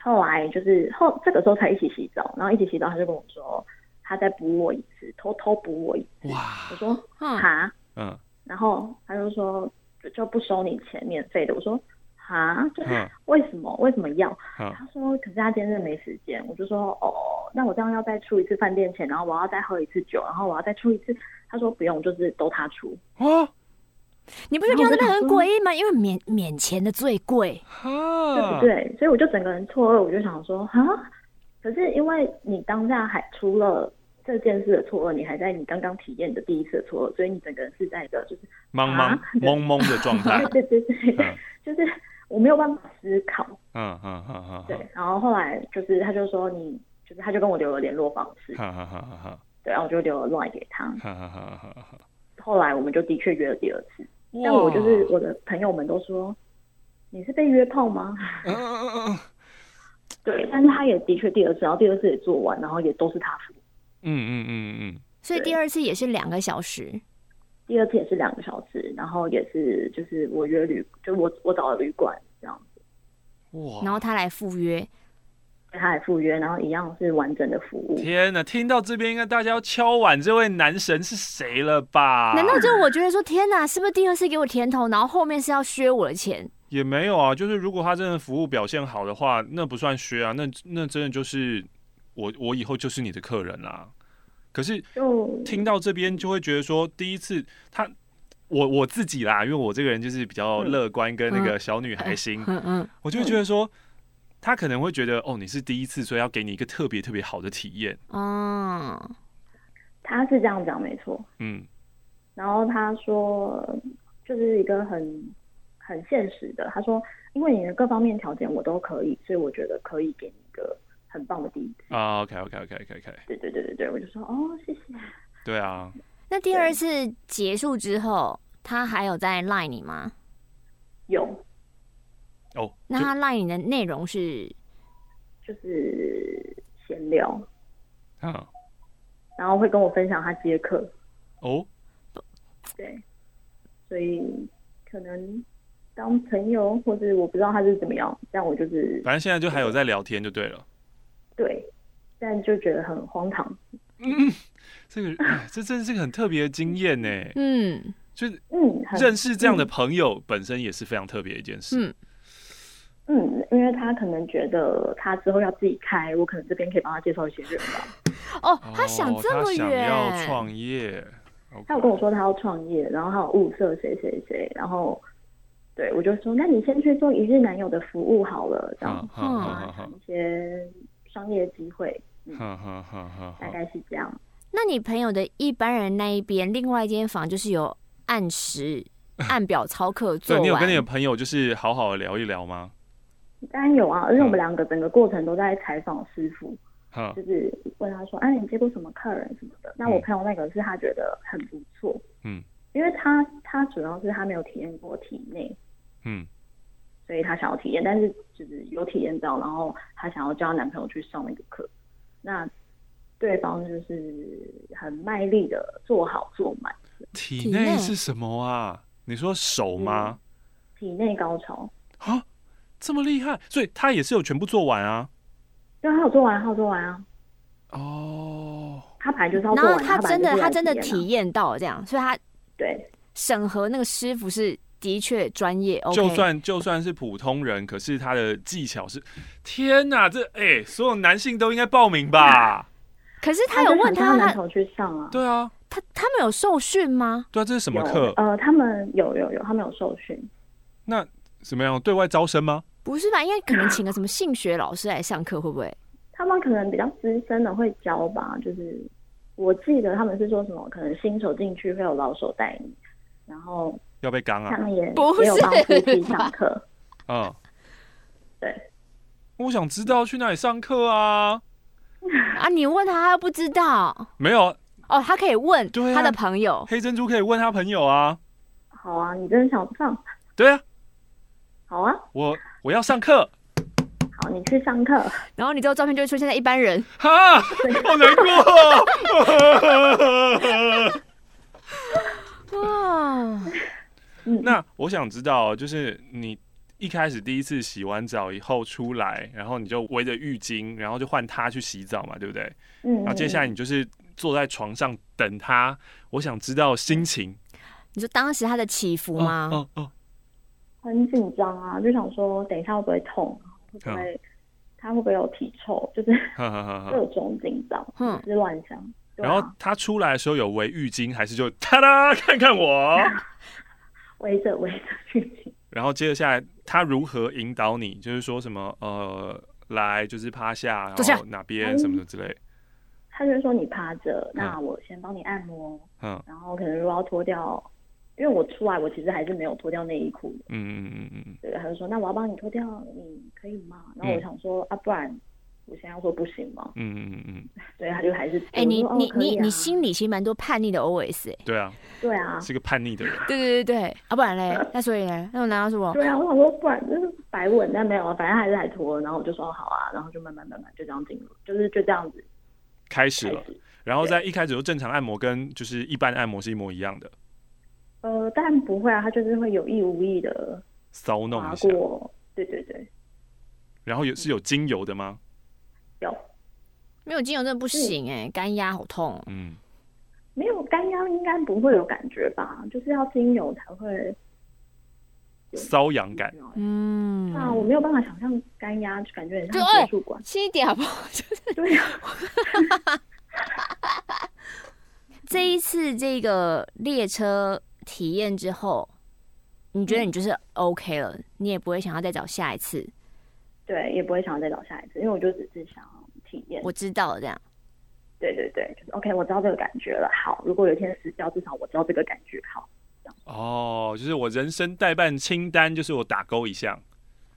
Speaker 1: 后来就是后这个时候才一起洗澡，然后一起洗澡他就跟我说他在补我一次，偷偷补我一次。
Speaker 3: 哇
Speaker 1: 我，说
Speaker 2: 嗯，
Speaker 1: 哈，
Speaker 3: 嗯
Speaker 1: 然后他就说就就不收你钱，免费的。我说啊，就是
Speaker 3: 嗯
Speaker 1: 为什么为什么要？
Speaker 3: 嗯
Speaker 1: 他说可是他今天真的没时间。我就说哦，那我这样要再出一次饭店钱，然后我要再喝一次酒，然后我要再出一次。他说不用，就是都他出。
Speaker 3: 啊
Speaker 2: 你不觉得这样
Speaker 1: 然后我
Speaker 2: 真
Speaker 1: 就
Speaker 2: 的很
Speaker 1: 想说
Speaker 2: 诡异吗？因为免免钱的最贵，
Speaker 1: 对
Speaker 3: 哈，
Speaker 1: 不对？所以我就整个人错愕，我就想说啊，可是因为你当下还除了这件事的错愕，你还在你刚刚体验的第一次的错愕，所以你整个人是在一个就是
Speaker 3: 茫茫
Speaker 1: 啊，
Speaker 3: 懵懵的状态
Speaker 1: 对对对
Speaker 3: 嗯
Speaker 1: 对，就是我没有办法思考。
Speaker 3: 嗯嗯嗯嗯
Speaker 1: 对，然后后来就是他就说你。就是他就跟我留了联络方式，
Speaker 3: 哈哈哈哈哈
Speaker 1: 对，然后我就留了 line 给他。
Speaker 3: 哈哈哈哈哈哈，
Speaker 1: 后来我们就的确约了第二次，但
Speaker 3: 哇
Speaker 1: 我就是我的朋友们都说你是被约炮吗？
Speaker 3: 嗯嗯嗯嗯
Speaker 1: 对，但是他也的确第二次，然后第二次也做完，然后也都是他付，
Speaker 3: 嗯嗯嗯嗯
Speaker 2: 所以第
Speaker 1: 对
Speaker 2: 二次也是两个小时。
Speaker 1: 第二次也是两个小时，然后也是就是我约旅，就我我找了旅馆这样，
Speaker 3: 嗯，哇，
Speaker 2: 然后他来赴约，
Speaker 1: 他还赴约，然后一样是完整的服务。
Speaker 3: 天呐，听到这边，应该大家要敲碗这位男神是谁了吧？
Speaker 2: 难道就我觉得说天哪，是不是第二次给我甜头，然后后面是要削我的钱？
Speaker 3: 也没有啊？就是如果他真的服务表现好的话，那不算削啊，那那真的就是我我以后就是你的客人啦、可是
Speaker 1: 就
Speaker 3: 听到这边就会觉得说，第一次他我我自己啦，因为我这个人就是比较乐观跟那个小女孩 心，
Speaker 2: 嗯嗯，
Speaker 3: 我就会觉得说，他可能会觉得哦你是第一次，所以要给你一个特别特别好的体验，
Speaker 2: 哦，
Speaker 1: 他是这样讲没错，
Speaker 3: 嗯
Speaker 1: 然后他说就是一个很很现实的，他说因为你的各方面条件我都可以，所以我觉得可以给你一个很棒的第一次。
Speaker 3: 啊，OK OK OK OK OK，
Speaker 1: 对对对对对，我就说哦谢谢。
Speaker 3: 对啊，
Speaker 2: 那第二次结束之后，他还有在赖你吗？
Speaker 1: 有，
Speaker 3: 哦，
Speaker 2: 那他赖你的内容是
Speaker 1: 就是闲聊，
Speaker 3: 就啊
Speaker 1: 然后会跟我分享他接客，
Speaker 3: 哦。
Speaker 1: 对，所以可能当朋友，或者我不知道他是怎么样，但我就是
Speaker 3: 反正现在就还有在聊天就对了。
Speaker 1: 对，但就觉得很荒唐。
Speaker 3: 这个，哎这真是个很特别的经验呢。
Speaker 2: 嗯
Speaker 3: 就是
Speaker 1: 嗯，很
Speaker 3: 认识这样的朋友，本身也是非常特别的一件事。
Speaker 2: 嗯
Speaker 1: 嗯，因为他可能觉得他之后要自己开，我可能这边可以帮他介绍一些人吧。
Speaker 2: 哦
Speaker 3: 哦，
Speaker 2: 他想这么
Speaker 3: 他想
Speaker 2: 远，
Speaker 3: 要创业。
Speaker 1: 他有跟我说他要创业，然后还有物色谁谁谁，然后对我就说，那你先去做一日男友的服务好了，这样
Speaker 3: 好好好好
Speaker 1: 一些商业机会，
Speaker 3: 好好好好
Speaker 1: 大
Speaker 3: 好，
Speaker 1: 概是这样。
Speaker 2: 那你朋友的一般人那一边，另外一间房就是有按 时按表操课做
Speaker 3: 对
Speaker 2: 完。
Speaker 3: 你有跟你的朋友就是好好的聊一聊吗？
Speaker 1: 当然有啊，而且我们两个整个过程都在采访师傅，
Speaker 3: 哈
Speaker 1: 就是问他说：“哎、你接过什么客人什么的？”那我朋友那个是他觉得很不错，
Speaker 3: 嗯，
Speaker 1: 因为他他主要是他没有体验过体内，
Speaker 3: 嗯
Speaker 1: 所以他想要体验，但是就是有体验到，然后她想要叫她男朋友去上那个课，那对方就是很卖力的做好做满
Speaker 3: 体
Speaker 2: 体
Speaker 3: 内
Speaker 2: 内
Speaker 3: 是什么啊？你说手吗？
Speaker 1: 体内高潮，
Speaker 3: 啊，这么厉害，所以他也是有全部做完啊。
Speaker 1: 对，他有做完，他有做完啊，
Speaker 3: 哦，
Speaker 1: 他本来就是要
Speaker 2: 然
Speaker 1: 做
Speaker 2: 后
Speaker 1: 完，
Speaker 2: 他
Speaker 1: 本来
Speaker 2: 真
Speaker 1: 就
Speaker 2: 的
Speaker 1: 是来
Speaker 2: 他真的
Speaker 1: 体验啊
Speaker 2: 体验到这样，所以他
Speaker 1: 对
Speaker 2: 审核那个师傅是的确专业。OK，
Speaker 3: 就算就算是普通人，可是他的技巧是，天哪，这哎、所有男性都应该报名吧？
Speaker 2: 可是他有问
Speaker 1: 她就想叫
Speaker 2: 他
Speaker 1: 她男
Speaker 2: 他
Speaker 1: 朋友去上啊，
Speaker 3: 对啊，
Speaker 2: 他他们有受训吗？
Speaker 3: 对啊，这是什么
Speaker 1: 有
Speaker 3: 课？
Speaker 1: 呃，他们有有有，他们有受训，
Speaker 3: 那怎么样？对外招生吗？
Speaker 2: 不是吧？应该可能请个什么性学老师来上课，会不会？
Speaker 1: 他们可能比较资深的会教吧，就是我记得他们是说什么，可能新手进去会有老手带你，然后
Speaker 3: 要被刚
Speaker 1: 他
Speaker 3: 啊？
Speaker 1: 们也、
Speaker 2: 不是
Speaker 1: 也有帮夫妻上课，
Speaker 3: 嗯，
Speaker 1: 对，
Speaker 3: 我想知道去哪里上课啊？
Speaker 2: 啊，你问他，他又不知道。
Speaker 3: 没有，
Speaker 2: 哦，他可以问
Speaker 3: 对啊
Speaker 2: 他的朋友。
Speaker 3: 黑珍珠可以问他朋友啊。
Speaker 1: 好啊，你真的想上，
Speaker 3: 对啊，
Speaker 1: 好啊，
Speaker 3: 我我要上课。
Speaker 1: 好，你去上课，
Speaker 2: 然后你之后照片就会出现在一般人。
Speaker 3: 哈，好难过啊 哦。
Speaker 2: 哇，
Speaker 3: 那我想知道，就是你一开始第一次洗完澡以后出来，然后你就围着浴巾，然后就换他去洗澡嘛，对不对？
Speaker 1: 嗯，
Speaker 3: 然后接下来你就是坐在床上等他。我想知道心情。
Speaker 2: 你说当时他的起伏吗？
Speaker 3: 哦哦，
Speaker 1: 啊
Speaker 3: 嗯
Speaker 1: 很紧张啊，就想说等一下会不会痛，会不会他会不会有体臭，就是
Speaker 3: 呵呵呵呵
Speaker 1: 各种紧张，
Speaker 2: 嗯
Speaker 1: 是乱想。对
Speaker 3: 然
Speaker 1: 啊
Speaker 3: 后他出来的时候有围浴巾，还是就哒哒看看我？
Speaker 1: 围着围着去听，
Speaker 3: 然后接着下来，他如何引导你？就是说什么呃，来就是趴下，
Speaker 2: 坐下
Speaker 3: 然后哪边什么的之类。
Speaker 1: 他就说你趴着，那
Speaker 3: 嗯
Speaker 1: 我先帮你按摩，
Speaker 3: 嗯
Speaker 1: 然后可能如果要脱掉，因为我出来我其实还是没有脱掉内衣裤的，
Speaker 3: 嗯嗯嗯嗯嗯，
Speaker 1: 对，他就说那我要帮你脱掉，你可以吗？然后
Speaker 3: 嗯
Speaker 1: 我想说、啊，不然我现在要说不行嘛，
Speaker 3: 嗯嗯嗯嗯，
Speaker 1: 对，他就还是
Speaker 2: 哎、
Speaker 1: 我
Speaker 2: 你
Speaker 1: 说哦
Speaker 2: 你
Speaker 1: 可以
Speaker 2: 你
Speaker 1: 啊
Speaker 2: 你心里其实蛮多叛逆的 OS 哎、
Speaker 3: 对啊，
Speaker 1: 对啊，
Speaker 3: 是个叛逆的人。
Speaker 2: 对对对对，啊不然嘞，那所以嘞，那我拿到什么？
Speaker 1: 对啊，我想说不然就是白吻，但没有啊，反正还是还拖，然后我就说好啊，然后就慢慢慢慢就这样进入，就是就这样子
Speaker 3: 开始
Speaker 1: 开
Speaker 2: 啊
Speaker 3: 了，
Speaker 1: 始。
Speaker 3: 然后在一开始就正常按摩，跟就是一般按摩是一模一样的，
Speaker 1: 呃，但不会啊，他就是会有意无意的
Speaker 3: 搔弄
Speaker 1: 划
Speaker 3: 一下。
Speaker 1: 过，对对对，
Speaker 3: 然后有是有精油的吗？
Speaker 1: 有
Speaker 2: 没有精油真的不行哎、干压好痛哦。
Speaker 3: 嗯，
Speaker 1: 没有干腰应该不会有感觉吧？就是要精油才会
Speaker 3: 瘙痒感。
Speaker 2: 嗯，
Speaker 1: 啊，我没有办法想象干压，就感觉很像
Speaker 2: 对
Speaker 1: 美术馆。
Speaker 2: 轻一点好不好？ 就是
Speaker 1: 对啊，
Speaker 2: 这一次这个列车体验之后，你觉得你就是 OK 了，你也不会想要再找下一次。
Speaker 1: 对，也不会想要再找下一次，因为我就只是想体验。
Speaker 2: 我知道了这样。
Speaker 1: 对对对，就是 OK，我知道这个感觉了。好，如果有一天死掉，至少我知道这个感觉。好，嗯
Speaker 3: 哦，就是我人生代办清单，就是我打勾一项。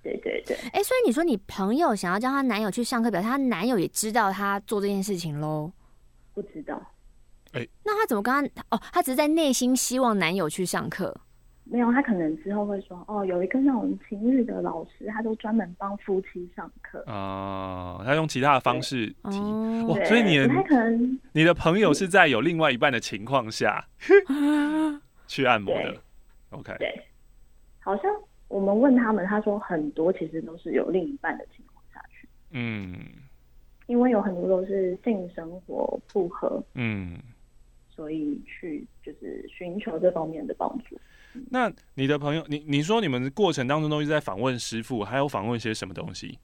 Speaker 1: 对对对。
Speaker 2: 哎、所以你说你朋友想要叫她男友去上课，表示她男友也知道她做这件事情喽？
Speaker 1: 不知道，
Speaker 2: 那她怎么跟她？哦，她只是在内心希望男友去上课。
Speaker 1: 没有，他可能之后会说，哦，有一个那种情欲的老师，他都专门帮夫妻上课。
Speaker 3: 啊、他用其他的方式提。
Speaker 2: 哦
Speaker 3: 哇，
Speaker 1: 对
Speaker 3: 所以你
Speaker 1: 他
Speaker 3: 的
Speaker 1: 可能
Speaker 3: 你的朋友是在有另外一半的情况下去按摩的
Speaker 1: 对。
Speaker 3: OK，
Speaker 1: 对，好像我们问他们，他说很多其实都是有另一半的情况下去，
Speaker 3: 嗯
Speaker 1: 因为有很多都是性生活不合，
Speaker 3: 嗯，
Speaker 1: 所以去就是寻求这方面的帮助。
Speaker 3: 那你的朋友，你你说你们过程当中都一直在访问师傅，还有访问些什么东西？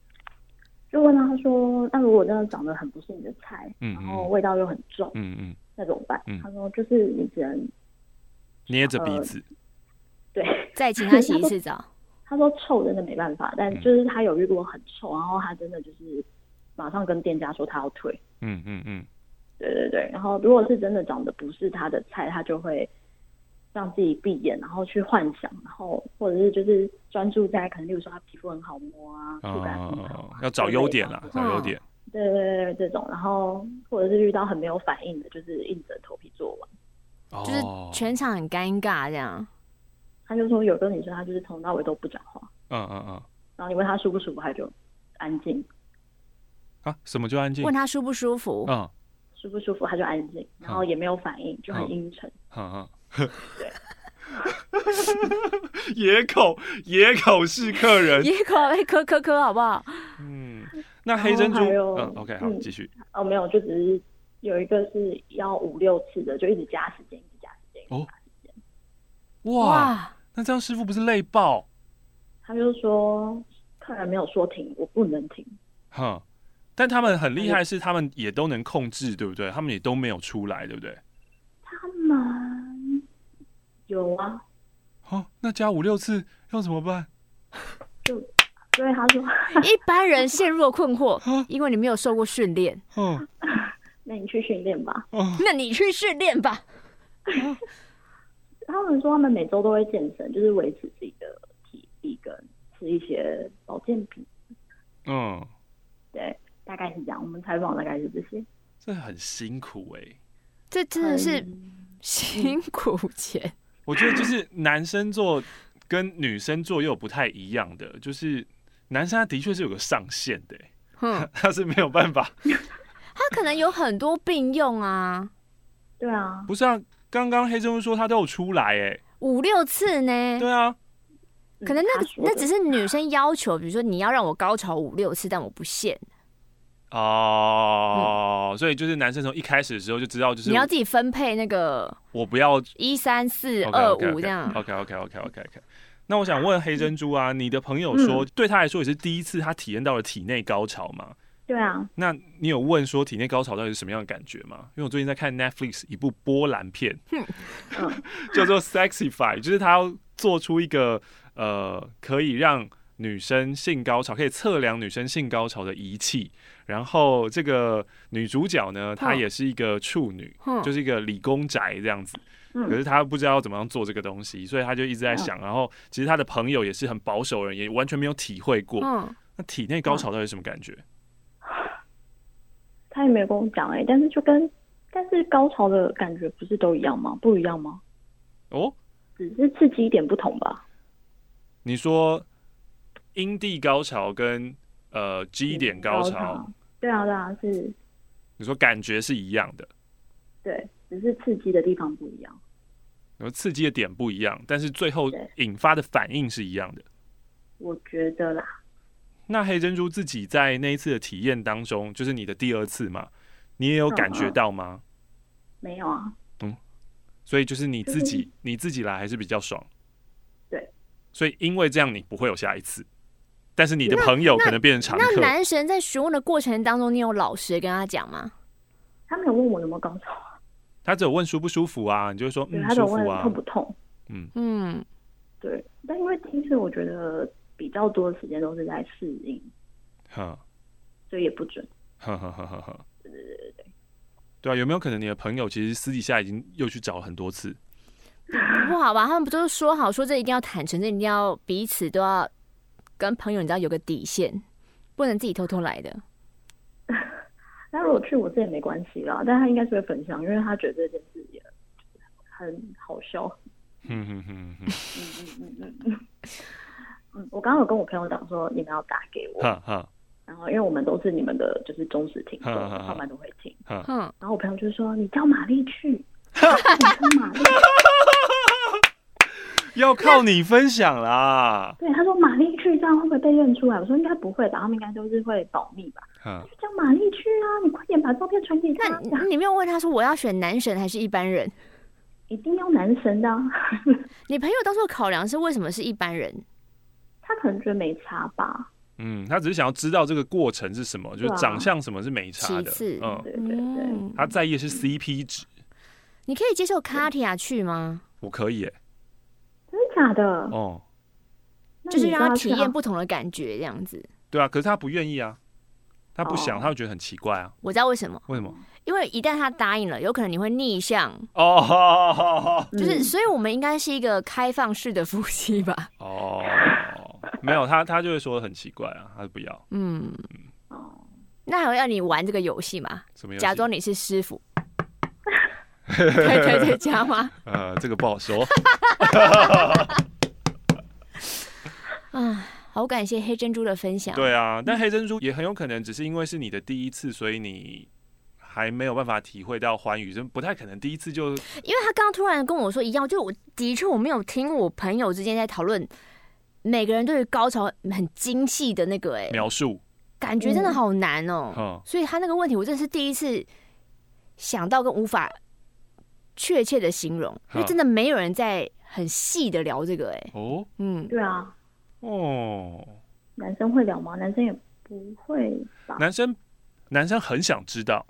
Speaker 1: 就问他说，那如果真的长得很不是你的菜，
Speaker 3: 嗯
Speaker 1: 然
Speaker 3: 嗯
Speaker 1: 后味道又很重，
Speaker 3: 嗯嗯，
Speaker 1: 那怎么办？
Speaker 3: 嗯
Speaker 1: 他说就是你只能
Speaker 3: 捏着
Speaker 1: 呃
Speaker 3: 鼻子，
Speaker 1: 对。
Speaker 2: 再请她洗一次 澡。
Speaker 1: 他说臭真的没办法，但就是他有遇过很臭，然后他真的就是马上跟店家说他要退。
Speaker 3: 嗯嗯嗯，
Speaker 1: 对对对，然后如果是真的长得不是他的菜，他就会让自己闭眼，然后去幻想，然后或者是就是专注在可能，例如说他皮肤很好摸 啊，
Speaker 3: 哦
Speaker 1: 触感很好
Speaker 3: 哦
Speaker 1: 啊，，
Speaker 3: 要找优点啦，
Speaker 1: 之类的
Speaker 3: 找优点。
Speaker 1: 对对对对，这种，然后或者是遇到很没有反应的，就是硬着头皮做完。
Speaker 2: 就是
Speaker 3: 哦，
Speaker 2: 全场很尴尬这样。
Speaker 1: 他就说有个女生，她就是从头到尾都不讲话，
Speaker 3: 嗯嗯嗯，
Speaker 1: 然后你问她舒不舒服，她就安静。
Speaker 3: 啊，什么就安静
Speaker 2: 问？她舒不舒服？
Speaker 3: 嗯
Speaker 1: 舒不舒服，他就安静，然后也没有反应，就很阴沉。
Speaker 3: 嗯嗯。 野口野口是客人，
Speaker 2: 野口哎，咳咳咳，好不好？
Speaker 3: 嗯，那黑珍珠，
Speaker 1: 然后还有
Speaker 3: 嗯，OK，好，
Speaker 1: 嗯
Speaker 3: 继续。
Speaker 1: 哦，没有，就只是有一个是要五六次的，就一直加时间，一直加时间，一
Speaker 3: 哦
Speaker 1: 直加时间。
Speaker 3: 哇，
Speaker 2: 哇，
Speaker 3: 那这样师傅不是累爆？
Speaker 1: 他就说客人没有说停，我不能停。
Speaker 3: 哼，但他们很厉害，是他们也都能控制，对不对？他们也都没有出来，对不对？
Speaker 1: 他们有啊，
Speaker 2: 嗯
Speaker 3: 哦，那加五六次要怎么办？
Speaker 1: 所以他说，
Speaker 2: 一般人陷入了困 惑
Speaker 3: 啊，
Speaker 2: 因为你没有受过训练。
Speaker 3: 哦
Speaker 1: 那你去训练吧。
Speaker 3: 哦，
Speaker 2: 那你去训练吧。
Speaker 1: 他们说他们每周都会健身，就是维持自己的体力跟吃一些保健品，
Speaker 3: 嗯，
Speaker 1: 对，大概是这样。我们采访大概是这些，
Speaker 3: 这很辛苦哎、
Speaker 2: 这真的是
Speaker 1: 嗯
Speaker 2: 辛苦 钱。
Speaker 3: 我觉得就是男生做跟女生做又有不太一样的，就是男生他的确是有个上限的、欸，
Speaker 2: 哼，
Speaker 3: 他是没有办法。
Speaker 2: 他可能有很多并用啊，
Speaker 1: 对啊，
Speaker 3: 不是啊，刚刚黑珍珠说他都有出来、欸，
Speaker 2: 五六次呢。
Speaker 3: 对啊，
Speaker 2: 可能那
Speaker 1: 嗯他
Speaker 2: 个
Speaker 1: 说的
Speaker 2: 那只是女生要求，比如说你要让我高潮五六次，但我不限，
Speaker 3: 哦，所以就是男生从一开始的时候就知道，就是
Speaker 2: 嗯你要自己分配那个
Speaker 3: 我不要
Speaker 2: 一三四
Speaker 3: OK，OK，OK，
Speaker 2: 二五这样。嗯
Speaker 3: OK OK OK OK OK。那我想问黑珍珠啊，你的朋友说、对他来说也是第一次，他体验到了体内高潮嘛？
Speaker 1: 对啊，
Speaker 3: 那你有问说体内高潮到底是什么样的感觉吗？因为我最近在看 Netflix 一部波兰片， 叫做 Sexify，就是他要做出一个呃可以让女生性高潮，可以测量女生性高潮的仪器。然后这个女主角呢，她
Speaker 2: 嗯
Speaker 3: 也是一个处女，
Speaker 2: 嗯
Speaker 3: 就是一个理工宅这样子。
Speaker 1: 嗯
Speaker 3: 可是她不知道怎么样做这个东西，所以她就一直在想。然后其实她的朋友也是很保守人，也完全没有体会过。
Speaker 2: 嗯，
Speaker 3: 那体内高潮到底是什么感觉？
Speaker 1: 他也没有跟我讲哎、但是就跟但是高潮的感觉不是都一样吗？不一样吗？
Speaker 3: 哦，
Speaker 1: 只是刺激一点不同吧？
Speaker 3: 你说阴蒂高潮跟呃 G 点高潮，
Speaker 1: 对啊对啊是，
Speaker 3: 你说感觉是一样的，
Speaker 1: 对，只是刺激的地方不一样。
Speaker 3: 然后刺激的点不一样，但是最后
Speaker 1: 对
Speaker 3: 引发的反应是一样的。
Speaker 1: 我觉得啦，
Speaker 3: 那黑珍珠自己在那一次的体验当中，就是你的第二次嘛，你也有感
Speaker 1: 嗯
Speaker 3: 觉到吗？
Speaker 1: 没有啊，
Speaker 3: 所以就是你自
Speaker 1: 就
Speaker 3: 己你自己来还是比较爽。
Speaker 1: 嗯对，
Speaker 3: 所以因为这样你不会有下一次，但是你的朋友可能变成常
Speaker 2: 那
Speaker 3: 客。
Speaker 2: 男神在询问的过程当中，你有老实跟他讲吗？
Speaker 1: 他没有问我有没有高潮，
Speaker 3: 他只有问舒不舒服啊，你就会说
Speaker 1: 对
Speaker 3: 嗯
Speaker 1: 他只
Speaker 3: 舒
Speaker 1: 有问
Speaker 3: 服啊
Speaker 1: 痛，不痛。
Speaker 2: 嗯，
Speaker 1: 对，但因为第一次我觉得比较多的时间都是在适应，
Speaker 3: 哼
Speaker 1: 所以也不准。
Speaker 3: 哼哼哼哼哼。对啊，有没有可能你的朋友其实私底下已经又去找了很多次？
Speaker 2: 不好吧？他们不都是说好说这一定要坦诚，这一定要彼此都要跟朋友，你知道有个底线，不能自己偷偷来的。
Speaker 1: 那如果去我这也没关系啦，但他应该是会分享，因为他觉得这件事也很好笑。
Speaker 3: 哼哼哼哼
Speaker 1: 嗯，我刚刚有跟我朋友讲说你们要打给我，
Speaker 3: 哼哼
Speaker 1: 然后因为我们都是你们的就是忠实听众，
Speaker 3: 哈哈哈
Speaker 1: 上班都会听。
Speaker 2: 哼，
Speaker 1: 然后我朋友就说你叫玛丽去， 你叫玛丽，
Speaker 3: 要靠你分享啦。
Speaker 1: 对，他说玛丽去这样会不会被认出来？我说应该不会吧，他们应该都是会保密吧。
Speaker 3: 哼
Speaker 1: 就叫玛丽去啊，你快点把照片传给他
Speaker 2: 那，你你没有问他说我要选男神还是一般人？
Speaker 1: 一定要男神的啊、
Speaker 2: 你朋友当初的考量是为什么是一般人？
Speaker 1: 他可能觉得没差吧，
Speaker 3: 嗯，他只是想要知道这个过程是什么，就
Speaker 1: 对
Speaker 3: 是
Speaker 1: 啊
Speaker 3: 长相什么是没差的
Speaker 2: 其次。
Speaker 3: 嗯，
Speaker 1: 对对对。
Speaker 2: 嗯
Speaker 3: 他在意的是 CP 值，
Speaker 2: 你可以接受卡提亚去吗？
Speaker 3: 我可以耶。
Speaker 1: 真的假的？
Speaker 3: 哦，
Speaker 1: 那
Speaker 2: 就是
Speaker 1: 你
Speaker 2: 让他
Speaker 1: 说
Speaker 2: 体
Speaker 1: 去啊
Speaker 2: 验不同的感觉，这样子。
Speaker 3: 对啊，可是他不愿意啊，他不想，
Speaker 1: 哦
Speaker 3: 他会觉得很奇怪啊。
Speaker 2: 我知道为什么，
Speaker 3: 为什么？
Speaker 2: 因为一旦他答应了，有可能你会逆向，
Speaker 3: 哦
Speaker 2: 就是，
Speaker 1: 嗯
Speaker 2: 所以我们应该是一个开放式的夫妻吧？
Speaker 3: 哦，没有，他他就会说很奇怪啊，他就不要
Speaker 2: 嗯，
Speaker 1: 哦
Speaker 2: 那还会让你玩这个游戏吗？
Speaker 3: 什么游戏
Speaker 2: 假装你是师傅， 对对对，这样吗？
Speaker 3: 呃，这个不好说。
Speaker 2: 啊，好感谢黑珍珠的分享。
Speaker 3: 对啊，但黑珍珠也很有可能只是因为是你的第一次，所以你还没有办法体会到欢愉，真不太可能第一次就
Speaker 2: 因为他刚刚突然跟我说一样，就我的确我没有听我朋友之间在讨论，每个人对于高潮很精细的那个、哎，
Speaker 3: 描述。
Speaker 2: 感觉真的好难哦、
Speaker 3: 嗯
Speaker 2: 所以他那个问题，我真的是第一次想到跟无法确切的形容，因为真的没有人在很细的聊这个、哎，
Speaker 3: 哦
Speaker 2: 嗯，
Speaker 1: 对啊，
Speaker 3: 哦，
Speaker 1: 男生会聊吗？男生也不会吧？
Speaker 3: 男生男生很想知道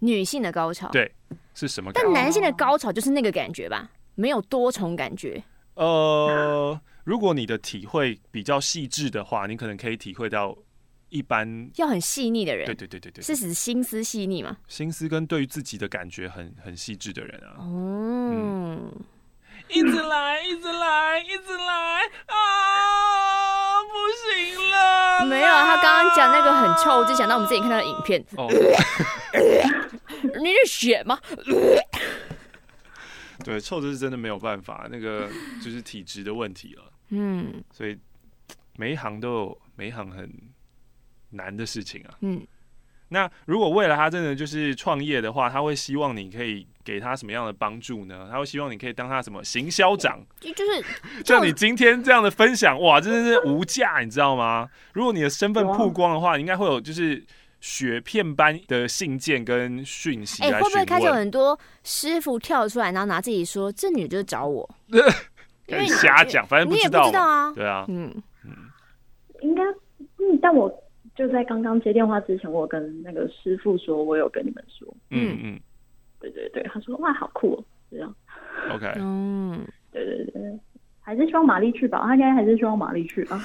Speaker 2: 女性的高潮，
Speaker 3: 对是什么感
Speaker 2: 但
Speaker 3: 觉。
Speaker 2: 男性的高潮就是那个感觉吧，没有多重感觉，
Speaker 3: 呃，如果你的体会比较细致的话，你可能可以体会到一般。
Speaker 2: 要很细腻的人，
Speaker 3: 对对对对对，
Speaker 2: 是指心思细腻嘛？
Speaker 3: 心思跟对于自己的感觉很很细致的人啊，嗯
Speaker 2: 哦，
Speaker 3: 一直来，一直来，一直来啊，不行了
Speaker 2: 没有，啊，他刚刚讲那个很臭，我就想到我们之前看到的影 片，
Speaker 3: 哦，
Speaker 2: 你是血吗？
Speaker 3: 对，臭这是真的没有办法，那个就是体质的问题了，
Speaker 2: 嗯
Speaker 3: 所以每一行都有每一行很难的事情啊。
Speaker 2: 嗯，
Speaker 3: 那如果未来他真的就是创业的话，他会希望你可以给他什么样的帮助呢？他会希望你可以当他什么行销长，
Speaker 2: 嗯就就是
Speaker 3: 像你今天这样的分享，哇，真的是无价，你知道吗？如果你的身份曝光的话，你应该会有就是雪片般的信件跟讯息
Speaker 2: 哎、
Speaker 3: 来
Speaker 2: 会不会
Speaker 3: 询
Speaker 2: 开始有
Speaker 3: 问。
Speaker 2: 很多师傅跳出来，然后拿自己说这女就是找我？因为你
Speaker 3: 瞎讲，反正
Speaker 2: 你也
Speaker 3: 知
Speaker 2: 不知道
Speaker 3: 嘛
Speaker 2: 啊。
Speaker 3: 对啊，
Speaker 2: 嗯，
Speaker 1: 应该，嗯，但我就在刚刚接电话之前，我跟那个师傅说，我有跟你们说，
Speaker 3: 嗯嗯
Speaker 1: 对对对，他说哇，好酷哦，这样，
Speaker 3: ，OK，
Speaker 2: 嗯，
Speaker 1: 对对对对，还是希望玛丽去吧，他应该还是希望玛丽去吧。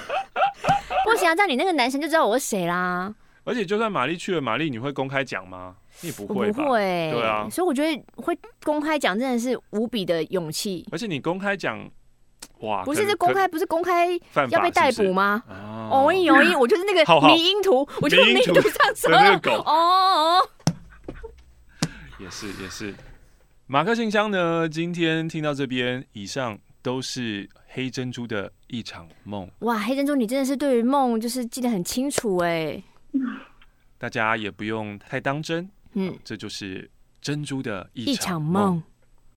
Speaker 2: 不行啊，这样你那个男生就知道我是谁啦。
Speaker 3: 而且就算玛丽去了，玛丽你会公开讲吗？你也不
Speaker 2: 我
Speaker 3: 会吧？
Speaker 2: 不会，
Speaker 3: 对啊
Speaker 2: 所以我觉得会公开讲真的是无比的勇气。
Speaker 3: 而且你公开讲，哇，
Speaker 2: 不
Speaker 3: 啊可
Speaker 2: 是
Speaker 3: 能
Speaker 2: 这公开，不是公开
Speaker 3: 可犯法
Speaker 2: 要被逮捕？吗
Speaker 3: 是？不是哦
Speaker 2: 哦，一哦 一，我就是那
Speaker 3: 浩
Speaker 2: 个
Speaker 3: 浩
Speaker 2: 迷因图，我就是
Speaker 3: 迷
Speaker 2: 迷
Speaker 3: 因
Speaker 2: 因
Speaker 3: 图
Speaker 2: 图上车
Speaker 3: 的那
Speaker 2: 了
Speaker 3: 个狗
Speaker 2: 哦哦，哦
Speaker 3: 也是也是。马克信箱呢？今天听到这边，以上都是黑珍珠的一场梦。
Speaker 2: 哇，黑珍珠，你真的是对于梦就是记得很清楚哎。
Speaker 3: 大家也不用太当真，
Speaker 2: 嗯，
Speaker 3: 这就是珍珠的一
Speaker 2: 一
Speaker 3: 场
Speaker 2: 场
Speaker 3: 梦
Speaker 2: 梦。。